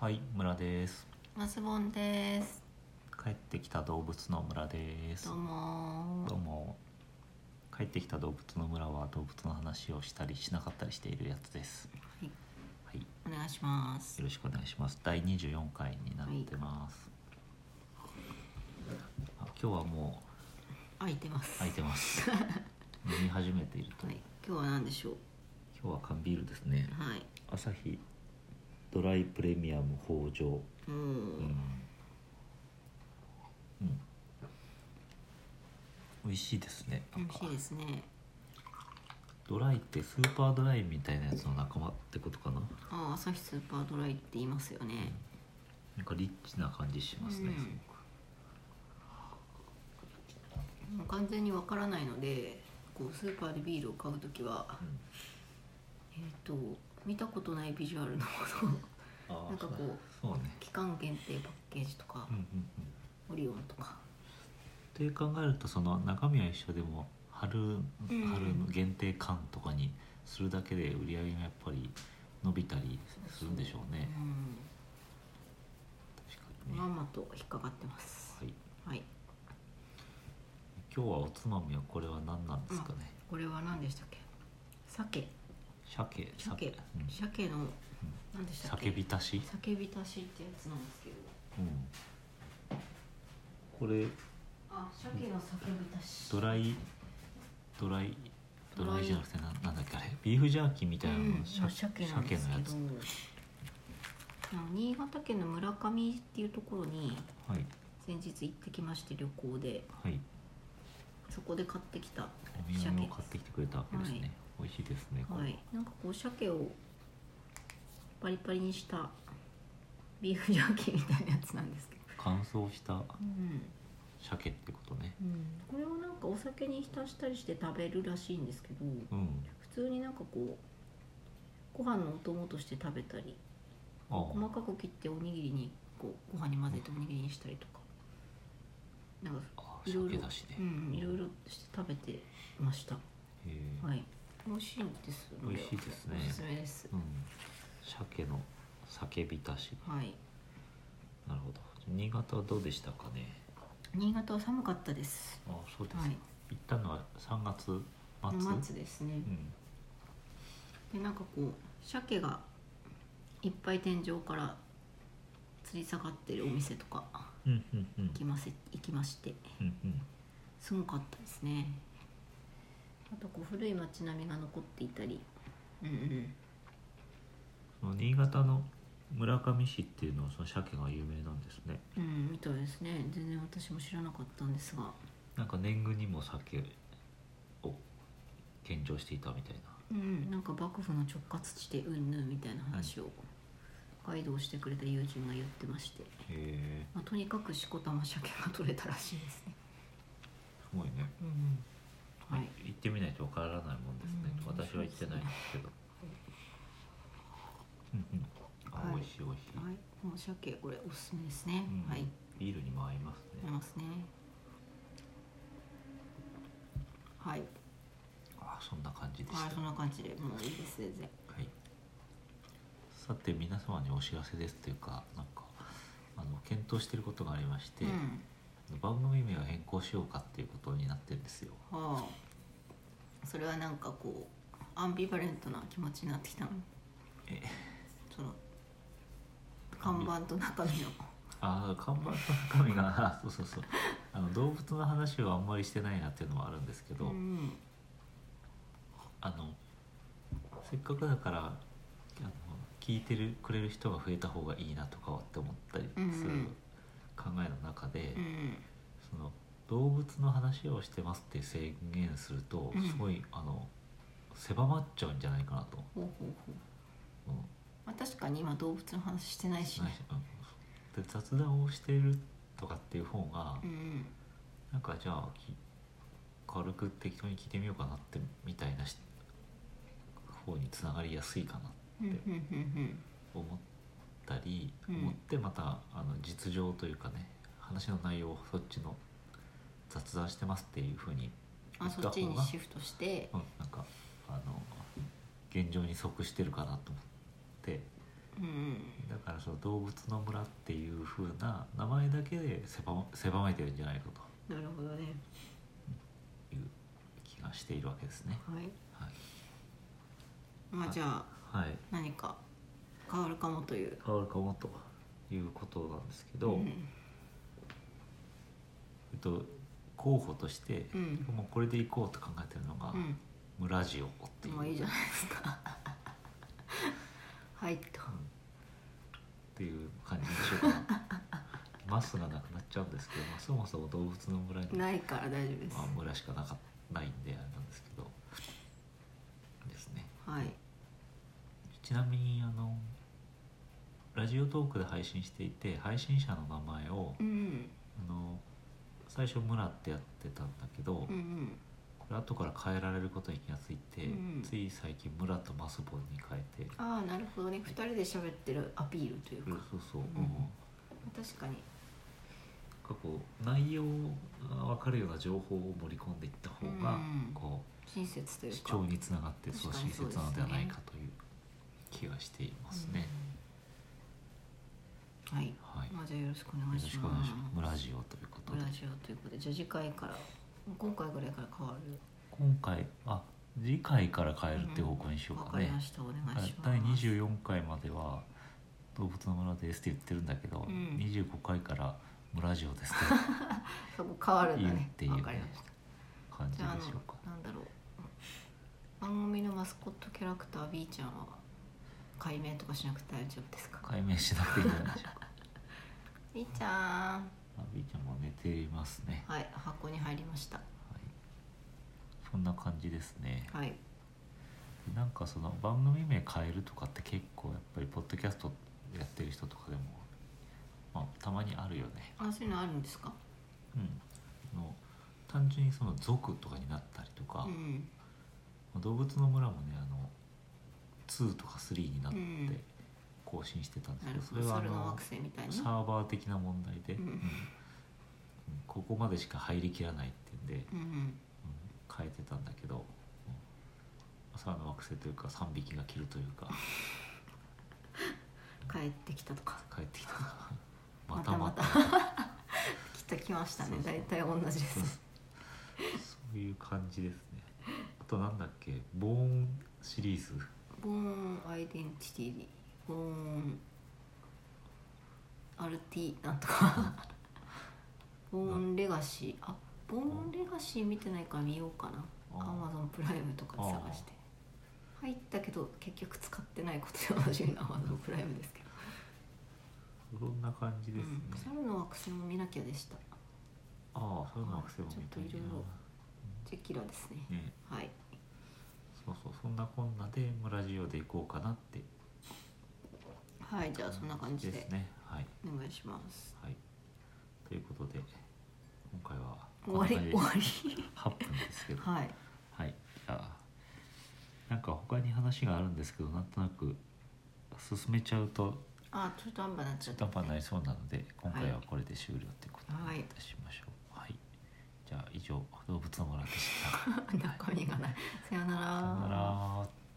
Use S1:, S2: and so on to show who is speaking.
S1: はい、村です。
S2: マスボンです。
S1: 帰ってきた動物の村です
S2: どう。も
S1: どうも。帰ってきた動物の村は動物の話をしたりしなかったりしているやつです。
S2: はい、
S1: はい、よ
S2: お願いします。
S1: ろしくお願いします。第24回になってます。あ今日はも
S2: 空いてます。
S1: う空いて ます。飲み始めていると。
S2: はい、今日は何でしょう。
S1: 今日は缶ビールですね。
S2: はい。
S1: 朝日ドライプレミアム豊穣。
S2: う
S1: うん
S2: ん。
S1: うん美味しいですねな
S2: 美
S1: ん
S2: 味
S1: か
S2: しいですね。
S1: ドライってスーパードライみたいなやつの仲間ってことかな
S2: ああ、朝日スーパードライって言いますよね。
S1: なんかリッチな感じしますね、
S2: うん
S1: す
S2: もう完全にわからないので、こうスーパーでビールを買うときは、えっ、と見たことないビジュアルのものを、
S1: ごくあー
S2: なんかこう
S1: そうね
S2: 期間限定パッケージとか
S1: うん、うんうん
S2: オリオンとか。
S1: って考えるとその中身は一緒でも春,、
S2: ん
S1: 春の限定感とかにするだけで売り上げがやっぱり伸びたりするんでしょうね確か
S2: うん。
S1: にね、
S2: まん
S1: は
S2: まと引っかかってます。
S1: い、
S2: はい。
S1: 今日はおつまみはこれは何なんですかね、
S2: これは何でしたっけ。鮭。
S1: 鮭
S2: 鮭
S1: うん
S2: 鮭の何でしたっけ
S1: 叫びたし、
S2: 叫び足しってやつなんですけど
S1: うん、これ
S2: あ鮭の叫び足し
S1: ドライドライドライじゃなくてななんだっけあれビーフジャーキーみたいなの
S2: うん
S1: シャ
S2: 鮭なんですけど
S1: 鮭のや
S2: あの新潟県の村上っていうところに
S1: つはい
S2: 先日行ってきまして旅行で
S1: はい
S2: そこで買ってきたは
S1: お土産を買ってきてくれたわけですね、
S2: はい
S1: 美味しいですねこれ、
S2: いなんかこう鮭をパリパリにしたビーフジャーキーみたいなやつなんですけど、
S1: 乾燥した
S2: うん
S1: 鮭ってことね
S2: うん、これをなんかお酒に浸したりして食べるらしいんですけど、
S1: うん
S2: 普通になんかこうご飯のお供として食べたり
S1: ああ
S2: 細かく切っておにぎりにこうご飯に混ぜておにぎりにしたりとかなんか
S1: あ
S2: いろい
S1: 鮭
S2: ろ
S1: だしね、
S2: うんいろいろして食べてました
S1: へえ
S2: はい美味しいんですの
S1: 美味しいですね
S2: おすすめです
S1: うん、鮭の叫びたし
S2: はい
S1: なるほど新潟はどうでしたかね
S2: 新潟は寒かったです
S1: あそうですか、
S2: はい
S1: 行ったのは3月末
S2: 夏ですね
S1: うん
S2: でなんかこう鮭がいっぱい天井から吊り下がってるお店とか
S1: うんうんうん
S2: 行きませ行きまして
S1: うんうん
S2: すごかったですねあとこう古い町並みが残っていたりうんうん
S1: その新潟の村上市っていうのはその鮭が有名なんですね
S2: うんみたいですね全然私も知らなかったんですが
S1: なんか年貢にも鮭を献上していたみたいな
S2: うんうんなんか幕府の直轄地でうんぬんみたいな話をガイドをしてくれた友人が言ってまして、
S1: へえ
S2: まあ、とにかくしこたま鮭が取れたらしいですね
S1: すごいね
S2: うんうんはい
S1: 行ってみないとわからないもんですね、
S2: うん
S1: 私は行ってないんですけどうんうんあ、
S2: はい
S1: 美味しい美味しい、
S2: はいもう鮭これおすすめですね、
S1: うん
S2: はい
S1: ビールにも合います
S2: あり
S1: ね、
S2: ますねはい
S1: あそんな感じでした、
S2: はいそんな感じでもういいです全然
S1: はい、さて皆様にお知らせですというかなんかあの検討していることがありまして、
S2: うん
S1: 番組名を変更しようかっていうことになってるんですよ
S2: はあ、それはなんかこうアンビバレントな気持ちになってきたの
S1: え
S2: その看板と中身の
S1: ああ看板の中身が そうそうそうあの動物の話はあんまりしてないなっていうのもあるんですけど、
S2: うん
S1: あのせっかくだからあの聞いてるくれる人が増えた方がいいなとかはって思ったりす
S2: う
S1: る
S2: んうん
S1: 考えの中で、
S2: うん
S1: その動物の話をしてますって宣言すると
S2: うん
S1: すごい、あの狭まっちゃうんじゃないかなと、
S2: ほうほうほう、
S1: うん
S2: まあ、確かに今動物の話してないし
S1: ない
S2: ね
S1: しうんで雑談をしてるとかっていう方が、
S2: うん
S1: なんかじゃあき軽く適当に聞いてみようかなってみたいなし方につながりやすいかな
S2: うんうん
S1: で
S2: うんうん
S1: と思ったり、
S2: うん
S1: 思ってまたあの実情というかね話の内容をそっちの雑談してますっていうふうに
S2: あ
S1: 言
S2: そっち
S1: 方
S2: に
S1: が
S2: シフトして
S1: うん、なんかあの現状に即してるかなと思って
S2: うん
S1: だからその動物の村っていう風な名前だけで狭ま狭めてるんじゃないか
S2: なるほどね
S1: という気がしているわけですね。
S2: はい
S1: はい
S2: まあじゃあ
S1: はい、
S2: 何か変わるかもという
S1: 変わるかもということなんですけど、
S2: うん
S1: えっと、候補として、
S2: うん
S1: もうこれで行こうと考えてるのが
S2: うん
S1: 「村ジオ」っていう。
S2: もういいじゃないです かはいと
S1: うんっていう感じでしょうか なマスがなくなっちゃうんですけど、まあ、そもそも動物の村に、ま
S2: ないから大丈夫です
S1: あ、村しかなかないんであれなんですけどですね
S2: はい
S1: ちなみにあのラジオトークで配信していて配信者の名前を
S2: うん
S1: あの最初「村」ってやってたんだけど、
S2: うんうん
S1: これ後から変えられることに気がついて、
S2: うん
S1: つい最近「村」と「マスボン」に変えて
S2: ああなるほどね二人で喋ってるアピールという
S1: そう
S2: か
S1: そう、
S2: ん
S1: うん
S2: 確かに
S1: なんかこう内容が分かるような情報を盛り込んでいった方が、
S2: うん
S1: こ
S2: 親切と
S1: う
S2: いう
S1: 主
S2: か
S1: 張につながってそう
S2: 確か
S1: 親
S2: にそう
S1: 切
S2: で
S1: な
S2: すね
S1: のではないかという気がしていますね。
S2: うんはい
S1: はい、よ
S2: まあじゃあよろしくお願
S1: ろ
S2: い
S1: し
S2: し
S1: くお願
S2: ま
S1: い
S2: す
S1: します。村ジオということで
S2: ラジオということでじゃあ次回から今回ぐらいから変わる
S1: 今回あ次回から変えるって方向にしよ
S2: わ
S1: うか
S2: かり
S1: ね
S2: ま。したお願いします
S1: 第24回までは「動物の村です」って言ってるんだけど、
S2: うん
S1: 25回から「村ジオです」って
S2: そこ変わるんだ
S1: 言うっ
S2: ね
S1: ていうね
S2: わかりました
S1: 感じ
S2: じ
S1: で
S2: ゃああ
S1: しょうか。
S2: のなんだろう番組のマスコットキャラクター B ちゃんは解明とかしなくて大丈夫ですか
S1: 解明しなくていいんじゃないでしょ うか。
S2: B ちゃ
S1: あビーちゃんも寝ていますね。
S2: んはい箱に入りました
S1: はい、そんな感じですね
S2: はい
S1: なんかその番組名変えるとかって結構やっぱりポッドキャストやってる人とかでも、まあ、たまにあるよね
S2: あそういうのあるんですか
S1: うんあの単純にその族とかになったりとか
S2: う、ん
S1: 動物の村もねあの2とか3になっ
S2: うん
S1: て更新してたんです
S2: な
S1: け
S2: る
S1: ど、
S2: ほ
S1: それ
S2: ど
S1: はあ
S2: 猿の
S1: の
S2: 惑星みたい
S1: サ
S2: な
S1: ーバー的な問題で、
S2: うん
S1: うんここまでしか入りきらないっていうんで、
S2: うんうん
S1: うん変えてたんだけど朝の惑星というか3匹が切るというか
S2: 帰ってきたとか
S1: 帰ってきたな
S2: またまた きっと来ましたね
S1: そうそう
S2: 大体同じで
S1: そう
S2: す
S1: そういう感じですねあとなんだっけボーンシリーズ
S2: ボーンアイデンティティボーン RT なん とかボーンレガシーあボーンレガシー見てないから見ようかな
S1: あ
S2: アマゾンプライムとかで探して入ったけど結局使ってないことでおなじみのアマゾンプライムですけど、
S1: そんな感じですね、
S2: うん、猿の惑星も見なきゃでした
S1: ああそういうの惑星も見たい
S2: ちょっといろいチェキラですね
S1: なね
S2: はい
S1: そうそうそんなこんなで村ジオで行こうかなって
S2: はいじゃあそんな感じで
S1: ですねはい、
S2: お願いします
S1: はい、ということで今回は
S2: 終わり
S1: こんな
S2: 終わ
S1: 感
S2: り
S1: じで8分ですけど
S2: はい
S1: はい、じゃあなんか他に話があるんですけどなんとなく進めちゃうと
S2: あちょっとあんばなっちゃった
S1: 短波になりそうなので今回ははいこれで終了ということにいたしましょうはい、 じゃあ以上動物の村でした
S2: 中身がない。さよなら。
S1: さよなら